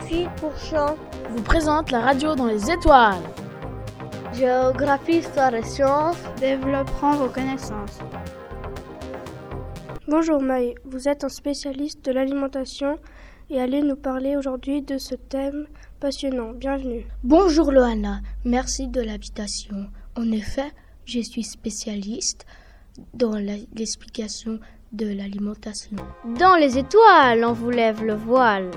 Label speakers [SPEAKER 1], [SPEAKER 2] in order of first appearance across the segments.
[SPEAKER 1] d'Epsetuit-Pourchamp.
[SPEAKER 2] vous présente la radio dans les étoiles.
[SPEAKER 1] Géographie, histoire et sciences.
[SPEAKER 3] Développeront vos connaissances.
[SPEAKER 4] Bonjour Maë, vous êtes un spécialiste de l'alimentation et allez nous parler aujourd'hui de ce thème passionnant. Bienvenue.
[SPEAKER 5] Bonjour Loana, merci de l'invitation. En effet, je suis spécialiste dans la- l'explication de l'alimentation.
[SPEAKER 1] Dans les étoiles, on vous lève le voile.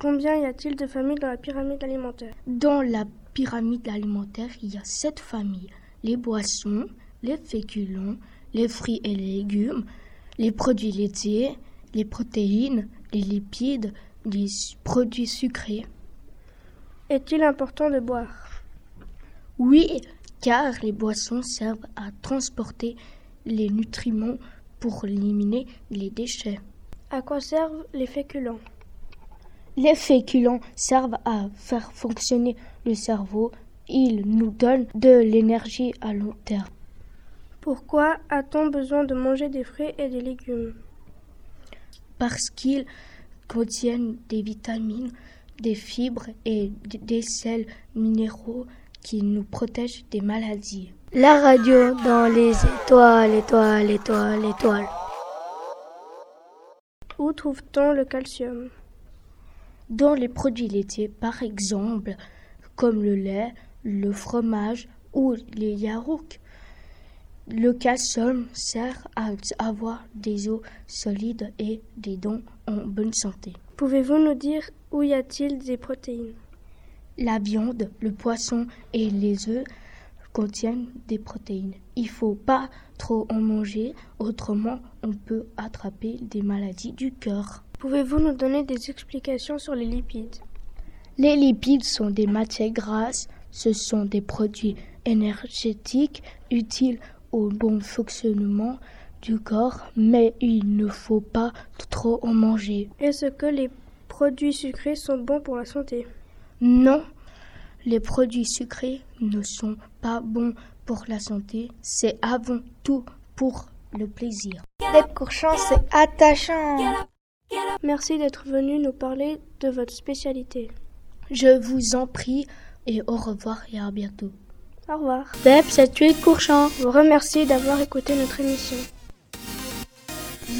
[SPEAKER 4] Combien y a-t-il de familles dans la pyramide alimentaire
[SPEAKER 5] Dans la pyramide alimentaire, il y a sept familles. Les boissons, les féculents, les fruits et les légumes, les produits laitiers, les protéines, les lipides, les su- produits sucrés.
[SPEAKER 4] Est-il important de boire
[SPEAKER 5] Oui, car les boissons servent à transporter les nutriments pour éliminer les déchets.
[SPEAKER 4] À quoi servent les féculents
[SPEAKER 5] Les féculents servent à faire fonctionner le cerveau. Ils nous donnent de l'énergie à long terme.
[SPEAKER 4] Pourquoi a-t-on besoin de manger des fruits et des légumes
[SPEAKER 5] parce qu'ils contiennent des vitamines, des fibres et d- des sels minéraux qui nous protègent des maladies.
[SPEAKER 1] La radio dans les étoiles, étoiles, étoiles, étoiles.
[SPEAKER 4] Où trouve-t-on le calcium
[SPEAKER 5] Dans les produits laitiers, par exemple, comme le lait, le fromage ou les yaourts, le calcium sert à avoir des os solides et des dents en bonne santé.
[SPEAKER 4] Pouvez-vous nous dire où y a-t-il des protéines
[SPEAKER 5] La viande, le poisson et les œufs contiennent des protéines. Il faut pas trop en manger, autrement on peut attraper des maladies du cœur.
[SPEAKER 4] Pouvez-vous nous donner des explications sur les lipides
[SPEAKER 5] Les lipides sont des matières grasses, ce sont des produits énergétiques utiles au bon fonctionnement du corps, mais il ne faut pas trop en manger.
[SPEAKER 4] Est-ce que les produits sucrés sont bons pour la santé
[SPEAKER 5] Non, les produits sucrés ne sont pas bons pour la santé, c'est avant tout pour le plaisir.
[SPEAKER 1] Des courchants, c'est attachant.
[SPEAKER 4] Merci d'être venu nous parler de votre spécialité.
[SPEAKER 5] Je vous en prie et au revoir et à bientôt.
[SPEAKER 4] Au revoir.
[SPEAKER 1] Deb, c'est tué courchant.
[SPEAKER 4] Vous remercie d'avoir écouté notre émission.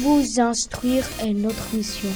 [SPEAKER 5] Vous instruire est notre mission.